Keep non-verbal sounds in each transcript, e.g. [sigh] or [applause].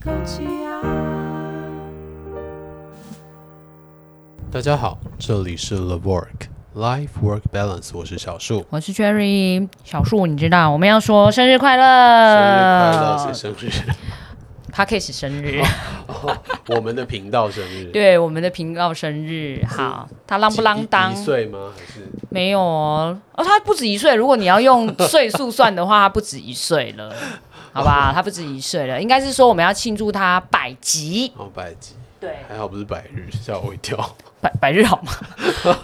口气啊。大家好，这里是 The Work Life Work Balance，我是小树。我是 Cherry 小树，你知道我们要说生日快乐，生呃日快乐，谁生日？哦 p a c k a g e 生日， [laughs] 我们的频道生日。对我们的频道生日，好，他浪不浪当一？岁吗？还是没有哦，哦，他不止一岁，如果你要用岁数算的话，他不止一岁了，好吧，他不止一岁了，应该是说我们要庆祝他百集，哦百集？对，还好不是百日，吓我一跳。百百日好吗？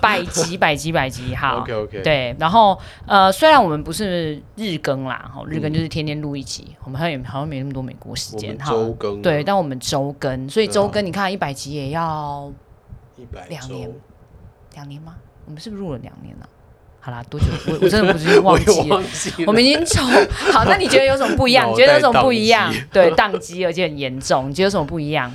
百集，百集，百集，好 OK OK，，对，然后呃，虽然我们不是日更啦，哦，日更就是天天录一集，我们好像也好像没那么多美国时我间们哈。周更啊对，但我们周更，所以对啊周更你看一百集也要一百两周年两年吗？我们是不是录了两年了、好啦，多久？我我真的不是忘记 [laughs] [laughs] 我也了。忘记了，我们已经从 [laughs] 好，那你觉得有什么不一样？你觉得有什么不一样脑袋宕？对，宕机而且很严重，你觉得有什么不一样？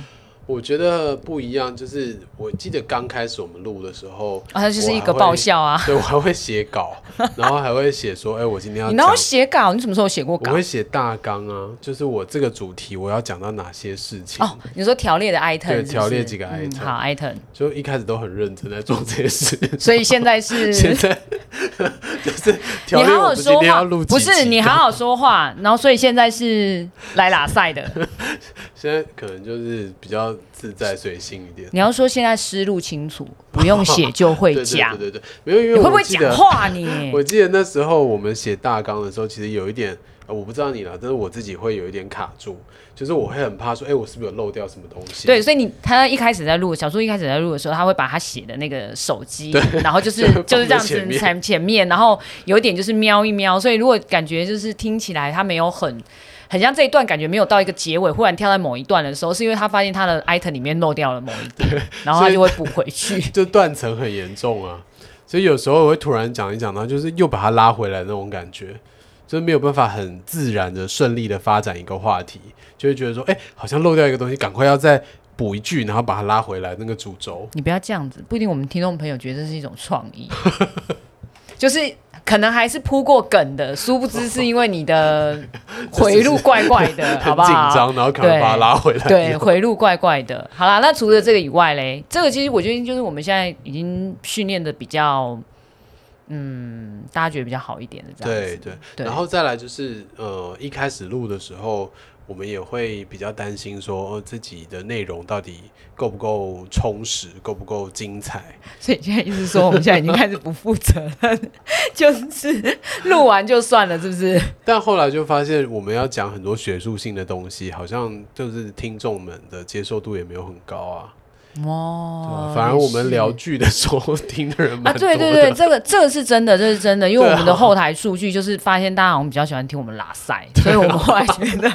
我觉得不一样，就是我记得刚开始我们录的时候，啊，它就是一我个还会爆笑啊！对我还会写稿，然后还会写说，哎，我今天要你那讲会写稿，你什么时候写过我稿会？写大纲啊，就是我这个主题我要讲到哪些事情。哦，你说条列的 item，对是不是条列几个嗯 item 好 item，就一开始都很认真在做这些事，所以现在 [laughs] 是现在 [laughs] 就是条你列好我们好今说天要话录，几不是集啊你的好好说话，然后所以现在是来拉赛的。现在可能就是比较自在随性一点。你要说现在思路 [laughs] 清楚，不用写就对会对讲对。对对，没有因你为会不我会记讲得，话欸你？我记得那时候我们写大纲的时候，其实有一点。呃我不知道你啦，但是我自己会有一点卡住，就是我会很怕说，哎、我是不是有漏掉什么东西？ [laughs] 对，所以你他一开始在录，小叔一开始在录的时候，他会把他写的那个手机， [laughs] 然后就是就就会是这放样在前子面前前面，然后有一点就是瞄一瞄，所以如果感觉就是听起来他没有很很像这一段感觉没有到一个结尾，忽然跳在某一段的时候，是因为他发现他的 item 里面漏掉了某一 [laughs] 点，然后他就会补回去。就断层很严重啊，所以有时候我会突然讲一讲，然后就是又把它拉回来那种感觉，就是没有办法很自然的顺利的发展一个话题，就会觉得说，哎、好像漏掉一个东西，赶快要再补一句，然后把它拉回来那个主 [laughs] 轴。你不要这样子，不一定我们听众朋友觉得这是一种创意， [laughs] 就是可能还是铺过梗的，殊不知是因为你的回路怪怪 [laughs] 的，很好不好？紧张，然后赶快把它拉回来。 [laughs] 对，回路怪怪的。好啦，那除了这个以外嘞，这个其实我觉得就是我们现在已经训练的比较，嗯，大家觉得比较好一点的这样对 [laughs] 子。对对然后再来就是呃，一开始录的时候，我们也会比较担心说、呃自己的内容到底够不够充实，够不够精彩。所以现在意思说我们现在已经开始不负责任， [laughs] 就是录完就算了，是不是？但后来就发现，我们要讲很多学术性的东西，好像就是听众们的接受度也没有很高啊。对吧哦反而我们聊也是剧的时候，听的人啊， [laughs] 蛮多的。对对对，这个这个是真的，这是真的，因为对啊我们的后台数据就是发现大家好像比较喜欢听我们拉 [laughs] 塞，所以我们后来觉得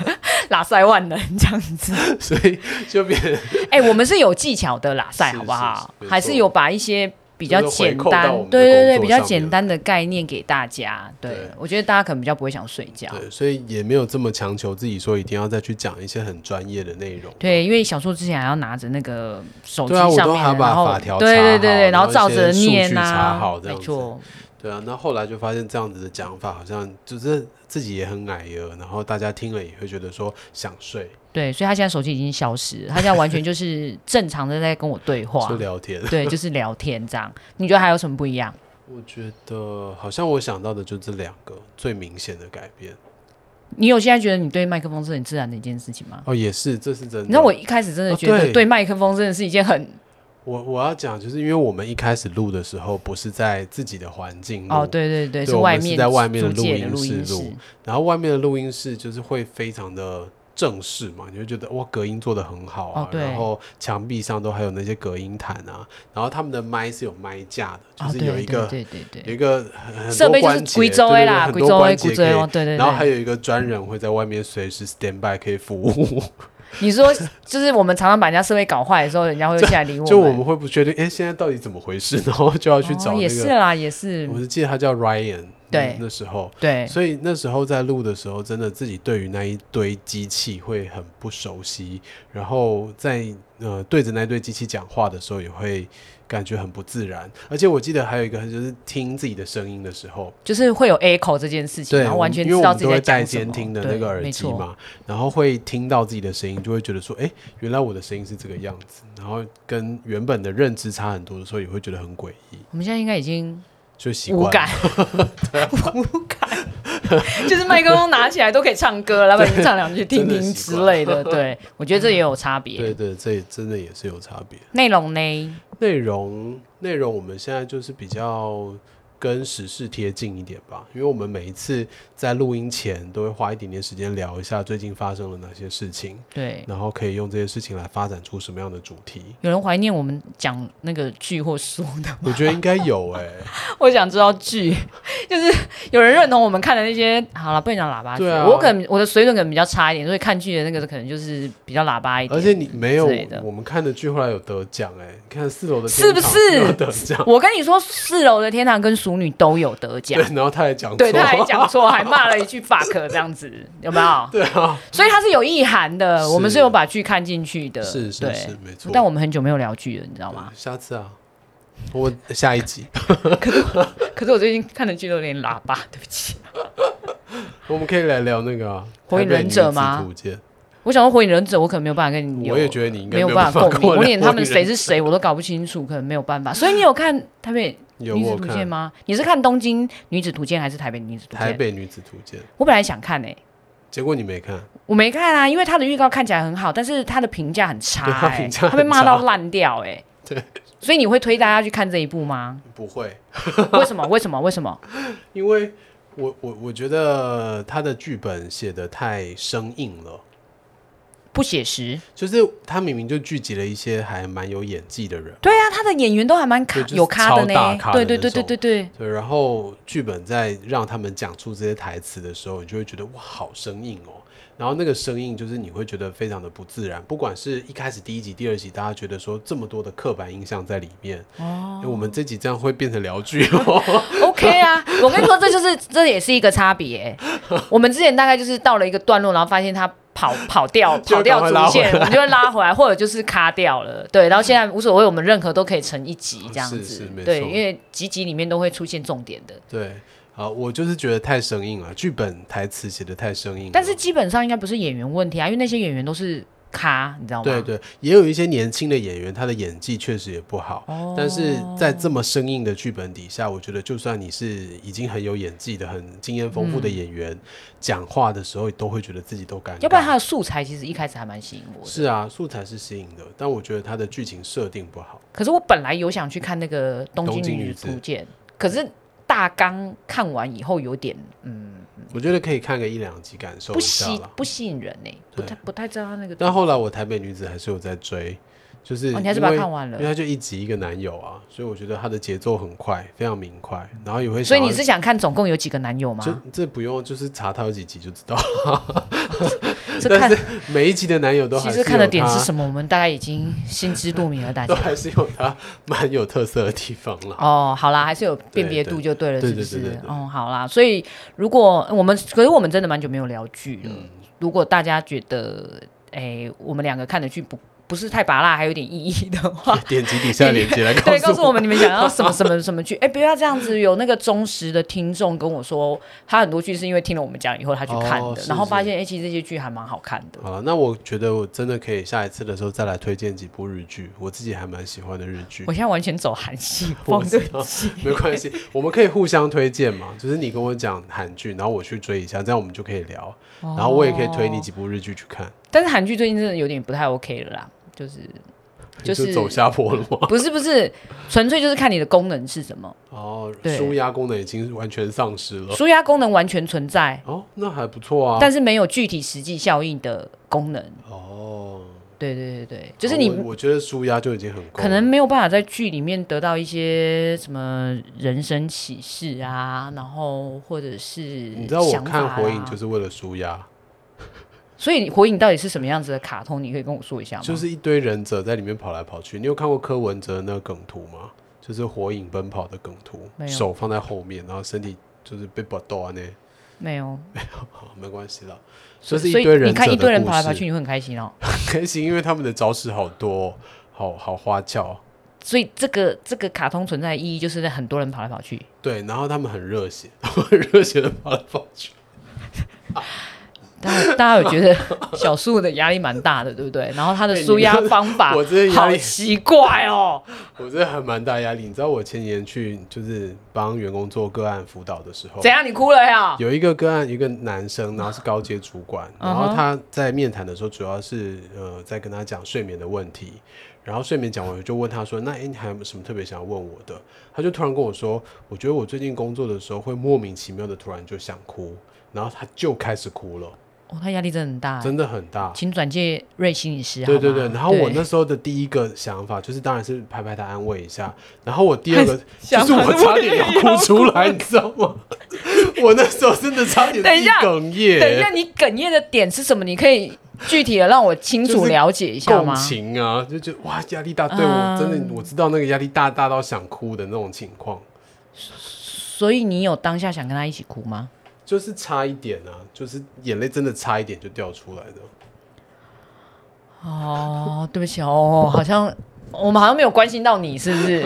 拉塞万能这样子。 [laughs] 所以就变 [laughs] 哎、我们是有技巧的拉塞，是好不好是？是还是有把一些比较就是回简扣到单我们，的对对对，工作比较上面简单的概念给大家。对，对我觉得大家可能比较不会想睡觉。对，所以也没有这么强求自己说一定要再去讲一些很专业的内容。啊对，因为小树之前还要拿着那个手机对啊上我都面，还要把然后法条对查对对好对，然后照着一些数据念查啊好，这没样子错，对啊，那后来就发现这样子的讲法好像就是自己也很矮油，然后大家听了也会觉得说想睡，对，所以他现在手机已经消失了，他现在完全就是正常的在跟我对 [laughs] 话就，聊天。对，就是聊天这样。你觉得还有什么不一样？我觉得好像我想到的就这两个最明显的改变。你有现在觉得你对麦克风是很自然的一件事情吗？哦，也是，这是真的。你知道我一开始真的哦觉得对对麦克风真的是一件很我我要讲，就是因为我们一开始录的时候，不是在自己的环境录哦，，对对对，对是我外们是面在外面的租借的录录音音室室录，然后外面的录音室就是会非常的正式嘛，你会觉得哇，隔音做的很好啊，哦对然后墙壁上都还有那些隔音毯啊，然后他们的麦是有麦架的，哦就，是对有一个、对对对有对一个很很多设备就关是节贵州对对 A 对啦，很贵多州 A 关节贵州可以 A，哦对对对。然后还有一个专人会在外面随时 stand by 可以服 [laughs] 务， [laughs] 你说就是我们常常把人家设备搞坏的时候，人家会下来理 [laughs] 我就我们们会不确定，哎，现在到底怎么回事，然后就要去 [laughs] 哦找那也个。是啦，也是我是记得他叫 Ryan，对那时候，对，所以那时候在录的时候，真的自己对于那一堆机器会很不熟悉，然后在呃对着那堆机器讲话的时候，也会感觉很不自然。而且我记得还有一个就是听自己的声音的时候，就是会有 echo 这件事情，对，然后完全因为知我道们自都己会在戴讲什监么。听的对那个耳没机错嘛，然后会听到自己的声音，就会觉得说，哎，原来我的声音是这个样子，然后跟原本的认知差很多的时候，也会觉得很诡异，我们现在应该已经就习惯无了感， [laughs] 无感，就是麦克风拿起来都可以唱歌，老板你唱两句听真的听习之惯 [laughs] 类的。对，我觉得这也有差别。对对，这也真的也是有差别。内容呢？内容内容我们现在就是比较跟时事贴近一点吧，因为我们每一次在录音前都会花一点点时间聊一下最近发生了哪些事情，对，然后可以用这些事情来发展出什么样的主 [laughs] 题。有人怀念我们讲那个剧或书的 [laughs] 吗？我觉得应该有哎、我想知道剧，就是有人认同我们看的那些。好了，不能讲喇叭剧，对啊我可能我的水准可能比较差一点，所以看剧的那个可能就是比较喇叭一点。而且你没有之类的我们看的剧后来有得奖哎、你看四楼的是不天堂是有得 [laughs] 奖？我跟你说，四楼的天堂跟熟女都有得奖对。，然后他还讲 [laughs] 对，他还错讲错，还骂了一句 fuck 这样子，有没 [laughs] 有？对啊，所以它是有意涵的，是我们是有把剧看进去的，是是对是，没错。但我们很久没有聊剧了，你知道吗嗯？下次啊，我下一集 [laughs] 可是我最近看的剧都有点喇叭，对不起。我们可以来聊那个啊《火影台北忍者女子吗图鉴》。 [laughs] 我想说《火影忍者》，我可能没有办法跟你有，嗯我也觉得你应该没有没有办办法法共跟鸣，我我连聊他们火影谁忍是谁我都搞不清楚，可能没有办法。所以你有看台北有女子我图鉴看吗？你是看东京女子图鉴还是台北女子图台鉴？北女子图鉴，我本来想看诶、欸结果你没看，我没看啊，因为他的预告看起来很好，但是他的评价很差、对欸，他评价很被骂到差烂掉、哎，对，所以你会推大家去看这一部 [laughs] 吗？不会，为什么？为什么？为什么？因为我我我觉得他的剧本写的太生硬了，不写实？就是他明明就聚集了一些还蛮有演技的人，对啊，他的演员都还蛮卡对就是有咖的超大呢，咖对的对那对对种对对，对，然后剧本在让他们讲出这些台词的时候，你就会觉得哇，好生硬哦。然后那个生硬就是你会觉得非常的不自然，不管是一开始第一集、第二集，大家觉得说这么多的刻板印象在里面，哦，我们这集这样会变成聊剧哦。 [laughs] OK [laughs] 啊，我跟你说，这就是这也是一个差别、欸 [laughs] 我们之前大概就是到了一个段落，然后发现他跑跑 [laughs] 掉，就跑掉赶快主拉线，回我们就会拉回来，或者就是卡掉了。对，然后现在无所谓，我们任何都可以成一集这样子。是是没对，错因为集集里面都会出现重点的，对，好，我就是觉得太生硬了，剧本台词写的太生硬了。但是基本上应该不是演员问题啊，因为那些演员都是咖，你知道吗？对对，也有一些年轻的演员，他的演技确实也不好。哦但是在这么生硬的剧本底下，我觉得就算你是已经很有演技的、很经验丰富的演员，讲话的时候都会觉得自己都尴尬。要不然他的素材其实一开始还蛮吸引我的。是啊，素材是吸引的，但我觉得他的剧情设定不好。可是我本来有想去看那个《东东京京女女子子图鉴》，可是大纲看完以后有点嗯。我觉得可以看个一两集，感受不一下吸啦。不吸引人呢、不对太不太知道他那个。但后来我台北女子还是有在追，就是因为、哦你还是把它看完了因为它就一集一个男友啊，所以我觉得它的节奏很快，非常明快，然后也会所想以要。你是想看总共有几个男友这吗？这不用，就是查它有几集就 [laughs] 知道。这看每一集的男友都其还实是看的点是么？什么，我们大概已经心知肚明了，大都家。还是有它蛮有特色的地方啦。哦，好啦，还是有辨别度就对了，对是不对对是对？对哦，好啦，所以如果我们，可是我们真的蛮久没有聊剧了。嗯如果大家觉得，哎，我们两个看的剧不不是太拔辣，还有点意义的 [laughs] 话，点击底下链接来 [laughs] 对，告告诉诉我我。们你们想要什么什么什么剧。哎，不要这样子，有那个忠实的听众跟我说，他很多剧是因为听了我们讲以后他去看的，哦是然后发现哎，其实这些剧还蛮好看的。 [laughs] 好了，那我觉得我真的可以下一次的时候再来推荐几部日剧，我自己还蛮喜欢的日剧我。现在完全走韩系 [laughs] 我风，对知道，没关系，我们可以互相推荐嘛。就是你跟我讲韩剧，然后我去追一下，这样我们就可以聊。哦然后我也可以推你几部日剧去看，但是韩剧最近真的有点不太 OK 了啦，就是就就是走下坡啊了 [laughs] 吗？不是不是，纯粹就是看你的功能是什么，哦，对舒压功能已经完全丧失了。舒压功能完全存在，哦，那还不错啊。但是没有具体实际效应的功能。哦，对对对对，就是好你哦我我觉得舒压就已经很够了。可能没有办法在剧里面得到一些什么人生启示啊，然后或者是你你知道我看火影啊就是为了舒压，所以火影到底是什么样子的卡通？你可以跟我说一下吗？就是一堆忍者在里面跑来跑去。你有看过柯文哲那个梗图吗？就是火影奔跑的梗图没，有手放在后面，然后身体就是被搏斗啊那，没有，好没关系啦，[laughs] 所就是以一所以堆忍你看者一的堆人故跑来跑事去，你会很开心哦。开心，因为他们的招式好多哦、好好花俏。哦所以这个这个卡通存在的意义就是在很多人跑来跑去。对，然后他们很热血，他们很热血的跑来跑去。大家大家有 [laughs] 觉得小树的压力蛮大的，对不对？然后他的哎舒压你方法 [laughs] 我真的压好力奇怪哦。我真的还蛮大压力。你知道我前几年去就是帮员工做个案辅导的时候怎，样？你哭了呀？有一个个案，一个男生，然后是高阶主管，嗯然后他在面谈的时候，主要是呃在跟他讲睡眠的问题。然后睡眠讲完，我就问他说：“那诶，你还有没有什么特别想要问我的？”他就突然跟我说：“我觉得我最近工作的时候会莫名其妙的突然就想哭，然后他就开始哭了，哦，他压力真的很大哎。真的很大。”请转介瑞心理师。对好对吗对，然后我那时候的第一个想法就是，当然是拍拍他安慰一下。然后我第二个就 [laughs] 想是法我是差我点也要要哭出来，你知道 [laughs] 吗？我那时候真的差点等一地下哽等一下，咽，你哽咽的点是什么？你可以具体的让我清楚了解一下共吗？情啊，就觉得哇压力大，对嗯我真的我知道那个压力大大到想哭的那种情况，所以你有当下想跟他一起哭吗？就是差一点啊，就是眼泪真的差一点就掉出来的。哦，对不起哦，好像我们好像没有关心到你，是不是？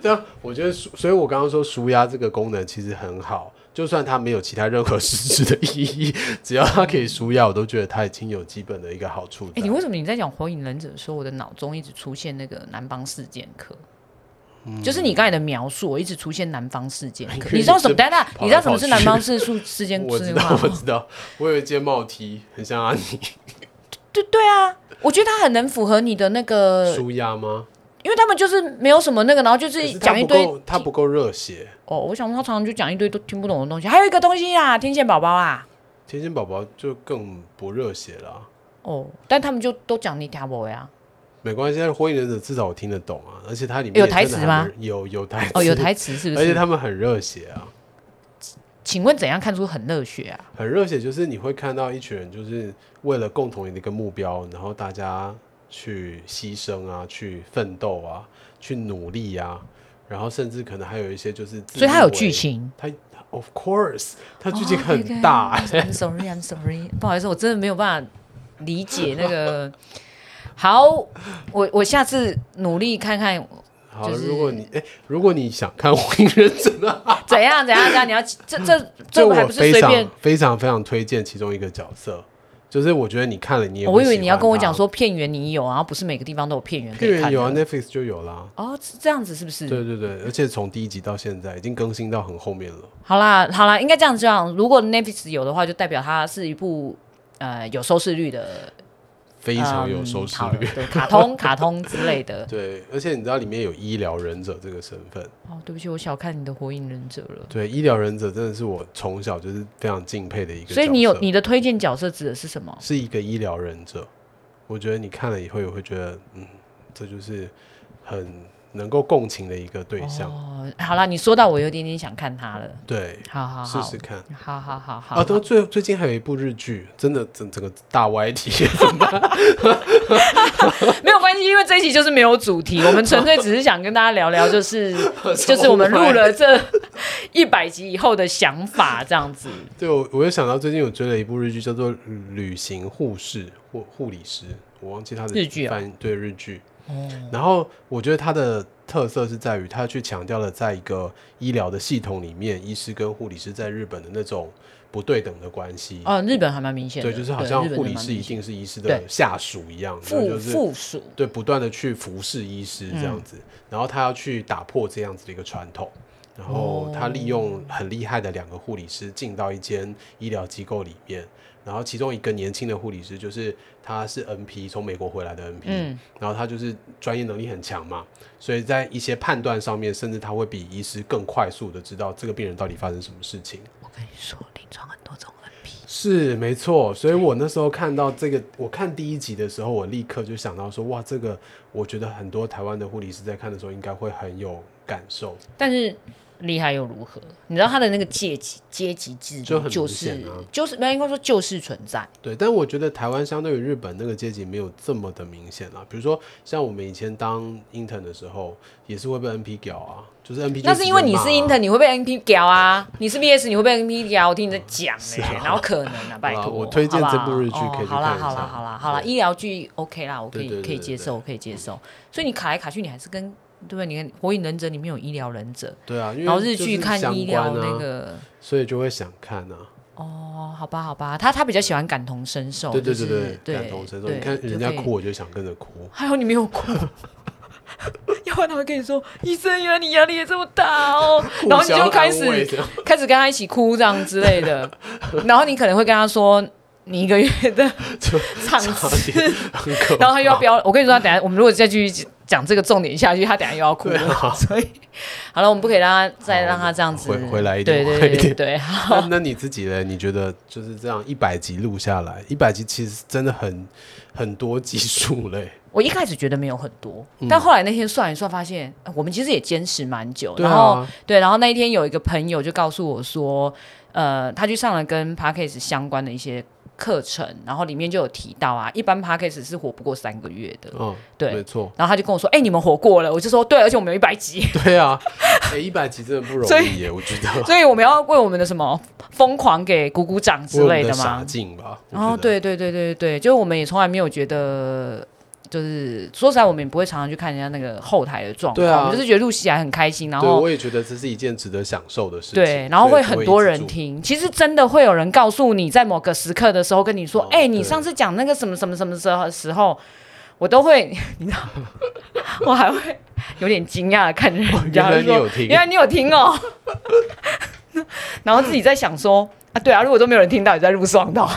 对啊，我觉得舒，所以我刚刚说舒压这个功能其实很好，就算它没有其他任何实质的意义， [laughs] 只要它可以舒压，我都觉得它已经有基本的一个好处在。哎、你为什么你在讲《火影忍者》的时候，我的脑中一直出现那个南方四剑客？嗯就是你刚才的描述，我一直出现南方四剑因客为。你知道什么？你是等等，跑来你知道什么是跑去南方四树四剑 [laughs] 我四知剑道，客我吗？知道，我有一件帽 T 很像阿尼，对对啊，我觉得它很能符合你的那个，舒压吗？因为他们就是没有什么那个，然后就可是是它讲一不堆够，它不够热血。哦。我想说他常常就讲一堆都听不懂的东西。还有一个东西啊，天线宝宝啊，天线宝宝就更不热血了啊、哦，但他们就都讲你听不呀、没关系，但是火影忍者至少我听得懂啊，而且它里面有也台真的词还吗蛮？有有台词哦，有，台词是不而且是？他们很热血啊。请问怎样看出很热血啊？很热血，就是你会看到一群人，就是为了共同的一个目标，然后大家去牺牲啊，去奋斗啊，去努力啊，然后甚至可能还有一些就是，所以它有剧，情。它 of course，它剧情哦很大， OK，I'm [laughs] sorry, I'm sorry，不好意思，我真的没有办法理解那个。 [laughs] 好，我我下次努力看看好，就是如果你哎，如果你想看《火影忍者》的话，怎样怎样怎样。你要这这就这还嗯我不是非随常便？非常非常推荐其中一个角色，就是我觉得你看了你也会哦我以为喜你要欢跟我他讲，说片源你有，然后不是每个地方都有片源可片以看源的。有啊，Netflix 就有啦。哦，是这样子是不是？对对对，而且从第一集到现在已经更新到很后面了。好啦，好啦，应该这样这样。如果 Netflix 有的话，就代表它是一部呃有收视率的，非常有收视率。嗯好的对，卡通、卡通之类 [laughs] 的。对，而且你知道里面有医疗忍者这个身份，哦，对不起，我小看你的《火影忍者》了。对，医疗忍者真的是我从小就是非常敬佩的一个。所以你有你的推荐角色指的是什么？是一个医疗忍者，我觉得你看了以后也会觉得，嗯，这就是很能够共情的一个对象。哦，好啦，你说到我有点点想看他了。对，好好试好，试看。好好好好。啊，都最最近还有一部日剧，真的整整个大歪题。 [laughs] 没有关系，因为这一集就是没有主题，我们纯粹只是想跟大家聊聊，就是 [laughs] [laughs] 就是我们录了这一百集以后的想法，[laughs] 这样子。对，我我又想到最近我追了一部日剧，叫做《旅行护士》或护理师，我忘记它的日剧啊哦翻译对日剧。然后我觉得它的特色是在于，它去强调了在一个医疗的系统里面，医师跟护理师在日本的那种不对等的关系。哦，日本还蛮明显的，对，就是好像日本护还理蛮师一明显定是医师对的下属一样，然后附就是附属。对不断的去服侍医师这样子，然后他要去打破这样子的一个传统。然后他利用很厉害的两个护理师进到一间医疗机构里面，然后其中一个年轻的护理师就是他是 NP 从美国回来的 NP，、嗯然后他就是专业能力很强嘛，所以在一些判断上面，甚至他会比医师更快速的知道这个病人到底发生什么事情。我跟你说，临床很多种 NP。是没错，所以我那时候看到这个，我看第一集的时候，我立刻就想到说，哇，这个我觉得很多台湾的护理师在看的时候应该会很有感受。但是厉害又如何？你知道他的那个阶级阶级制就度很就明是显啊就是没有应该说就是存在，对，但我觉得台湾相对于日本那个阶级没有这么的明显啊啦。比如说，像我们以前当 intern 的时候，也是会被 NP 屌啊，就是 NP 就那是因为你是直接骂啊 intern，你会被 NP 屌啊；你是 BS，你会被 NP 屌。我听你在讲哎、欸，哪有可能啊？拜好托，啦我推荐好不这好部日剧可以去哦。好啦，看一下好啦，好啦，好啦，对医疗剧 OK 啦，我可以对对对可以接受，我可以接受。所以你卡来卡去，你还是跟对不对？你看《火影忍者》里面有医疗忍者，对啊，因为然后日就剧是看相医疗关啊那，个。所以就会想看啊。哦，好吧，好吧，他他比较喜欢感同身受，对对哦就对是对，感同身受。对你看人家，就可哭，以我就想跟着哭。 [laughs] 还好你没有哭， [laughs] 要不然他会跟你说，医生，原来你压力也这么大 [laughs] 哦，然后你就开互相安慰始这样开始跟他一起哭这样之 [laughs] 类的，然后你可能会跟他说。你一个月的场差次，点很可怕然后他又要飙。我跟你说，他等下我们如果再继续讲这个重点下去，他等下又要哭了。所以，好了，我们不可以让他再啊好让他这样子回回来一点回对对来一对点对对，好那那你自己嘞？你觉得就是这样一百集录下来，一百集其实真的很很多集数嘞。我一开始觉得没有很多，嗯但后来那天算一算，发现呃我们其实也坚持蛮久。对然后啊，对，然后那一天有一个朋友就告诉我说，呃，他去上了跟 p a c k a s e 相关的一些课程，然后里面就有提到啊，一般 p a c k a s e 是活不过三个月的。嗯，对没错，然后他就跟我说：“哎、你们活过了。”我就说：“对，而且我们有一百 [laughs] 集，对啊，哎，一百集真的不所容以易耶，我觉得。所以我们要为我们的什么疯狂给鼓鼓掌之为我们类的吗傻？”劲吧。我觉哦，得，对对对对对，就是我们也从来没有觉得，就是说实在，我们也不会常常去看人家那个后台的状况，对啊我们就是觉得录戏还很开心，然对，后我也觉得这是一件值得享受的事情。对，然后所会以才很多一直人做。听。其实真的会有人告诉你，在某个时刻的时候跟你说哦：“哎、对你上次讲那个什么什么什么时候时候。”我都会， [laughs] 你知道，我还会有点惊讶的看着哦人原家，来就你说有听原来你有听哦， [laughs] 然后自己在想说啊，对啊，如果都没有人听到，你在录 [laughs] 爽到，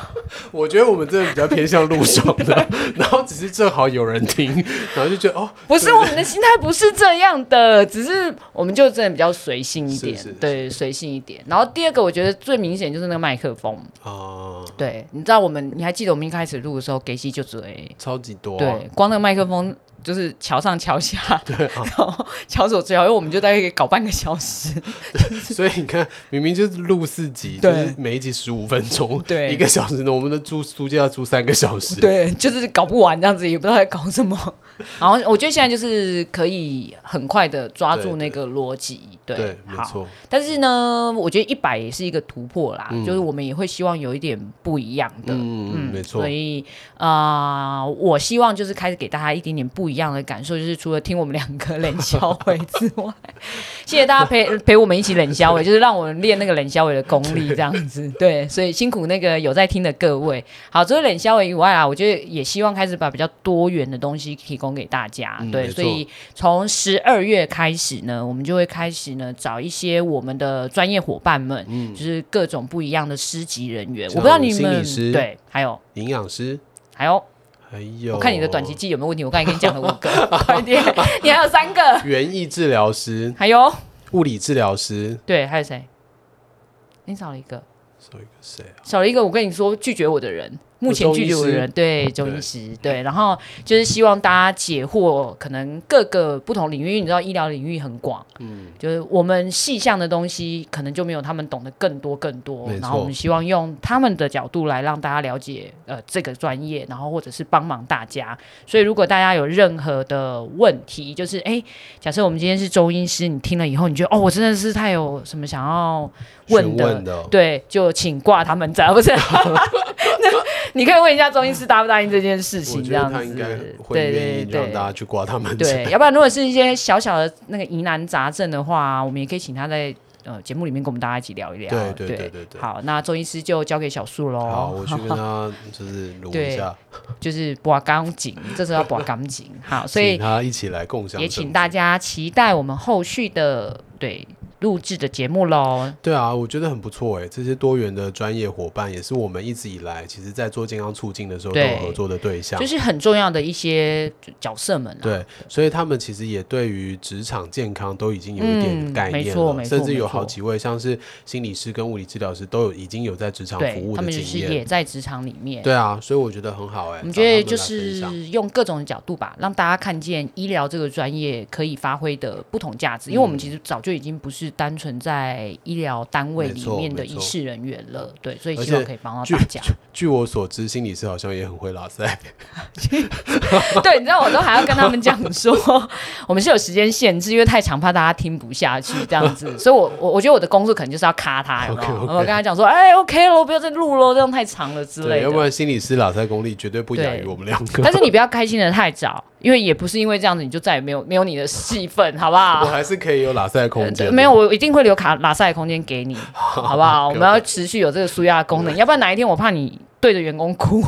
我觉得我们真的比较偏向路上的， [laughs] 然后只是正好有人听，然后就觉得哦，不是我们的心态不是这样的，只是我们就真的比较随性一点，是是是对，随性一点。然后第二个，我觉得最明显就是那个麦克风，啊、对，你知道我们，你还记得我们一开始录的时候，给戏就只会，超级多、啊，对，光那个麦克风就是桥上桥下， [laughs] 哦对、然后桥手最好，因为我们就大概搞半个小 [laughs] 时， [laughs] 所以你看，明明就是录四集，就对是每一集十五分钟，对一个小时呢，我们的租租借要租三个小时，，对，就是搞不完这样子，也不知道在搞什么。然后我觉得现在就是可以很快的抓对住那个逻辑，对，对，没好。错，但是呢，我觉得一百也是一个突破啦，就是我们也会希望有一点不一样的。嗯，没错所，以啊、呃我希望就是开始给大家一点点不一样的感受，就是除了听我们两个冷笑话之外，谢谢大家陪 [laughs] 陪我们一起冷笑话，就是让我们练那个冷笑话的功力，这样子。对，所以辛苦那个有在听的各位。好，除了冷笑话以外啊，我觉得也希望开始把比较多元的东西提供给大家。嗯没对，错所以从十二月开始呢，我们就会开始呢找一些我们的专业伙伴们，就是各种不一样的师级人员。我不知道你嗯像心理们师对，还有营养师，还有。还有，我看你的短期记忆有没有问题？我刚才跟你讲了五个，快点，你还有三个，园艺治疗师、还有物理治疗师，对，还有谁？你少了一个，少一个谁啊？少了一个。我跟你说，拒绝我的人，目前拒绝我的人，对，中医师，对。然后就是希望大家解惑，可能各个不同领域，因为你知道医疗领域很广，嗯，就是我们细项的东西，可能就没有他们懂得更多更多没。错然后我们希望用他们的角度来让大家了解，呃，这个专业，然后或者是帮忙大家。所以如果大家有任何的问题，就是哎，诶假设我们今天是中医师，你听了以后，你觉得哦，我真的是太有什么想要问询的，问的哦，对，就请挂他们在，不是？ [laughs] 那你可以问一下中医师答不答应这件事我情，这觉得样他子应该。会愿对对意让大家对，去刮他们对，要不然如果是一些小小的那个疑难杂症的话，我们也可以请他在呃节目里面跟我们大家一起聊一聊。对对对对对好，那中医师就交给小树喽。好，我去跟他 [laughs] 就是撸一下，就是拔钢筋，这时候要拔钢筋。好，所以请他一起来共享，也请大。家期待我们后续的对录制的节目喽。对啊，我觉得很不错哎，这些多元的专业伙伴也是我们一直以来其实在做健康促进的时候都有对合作的对象，就是很重要的一些角色们、啊，对，所以他们其实也对于职场健康都已经有一点嗯概没念错了，没甚错至没有好错几位像是心理师跟物理治疗师都有已经有在职场对服务他的们就是经验也。在职场里面。对啊，所以我觉得很好哎、我们找觉得他来就分是享用各种角度嗯吧，让大家看见医疗这个专业可以发挥的不同价值。因为我们其实早就已经不是单纯在医疗单位没里错面的没错医事人员了。对，所以而希望且可以帮到据大 [laughs] 家。据我所知，心理师好像也很会拉塞。对，你知道我都还要跟他们讲说， [laughs] 我们是有时间限制，因为太长怕大家听不下去这 [laughs] 样子，所以我我我觉得我的工作可能就是要卡他，有没有 OK，OK 我跟他讲说，哎，OK 咯，不要再录咯，这样太长了之对，类要不的。然心理师拉塞功力绝对不亚于对我们两但个。是你不要开心的太早，因为也不是因为这样子你就再也没有没有你的戏份，好不我好？还是可以有拉塞的空间的。呃没有，我一定会留卡拉塞的空间 [laughs] 给你，好不好？我们要持续有这个舒压的功能，要不然哪一天我怕你对着员工哭，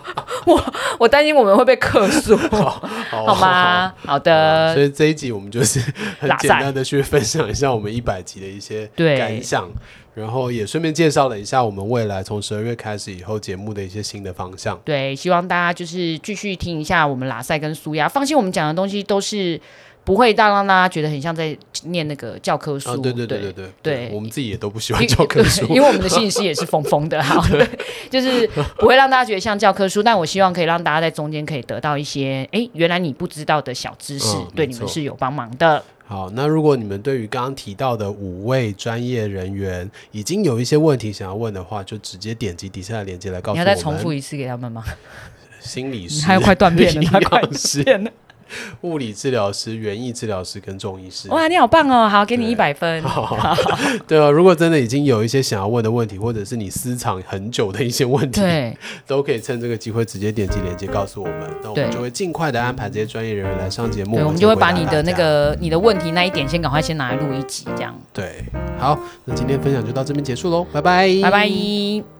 [laughs] 我我担心我们会被克诉， [laughs] 好好？吗？好的，啊所以这一集我们 [laughs] 就是很呃拉简塞单的去分享一下我们一百集的一些对感想，然后也顺便介绍了一下我们未来从十二月开始以后节目的一些新的方向。对，希望大家就是继续听一下我们拉塞跟苏亚。放心，我们讲的东西都是不会让让大家觉得很像在念那个教科书。啊，对对对对对对我们自己也都不喜欢 [laughs] 因。教科书 [laughs] 因为我们的信息也是疯疯 [laughs] 的，好，对，就是不会让大家觉得像教科书，但我希望可以让大家在中间可以得到一些，哎，原来你不知道的小知识，嗯对没你们错是有帮忙的。好，那如果你们对于刚刚提到的五位专业人员已经有一些问题想要问的话，就直接点击底下的链接来告诉你要我再们。重复一次给他们吗？心理你师、还快断片了，营他快养师断片了。物理治疗师、园艺治疗师跟中医师。哇，你好棒哦，好，给你对一百分。好， [laughs] 对啊，如果真的已经有一些想要问的问题，或者是你私藏很久的一些问题， [laughs] 对，都可以趁这个机会直接点击链接告诉我们，那我们对就会尽快的安排这些专业人员来上节目，对，我们先就会回把答你的大那家个你的问题那一点先赶快先拿来录一集，这样。对。好，那今天分享就到这边结束喽，拜拜，拜拜。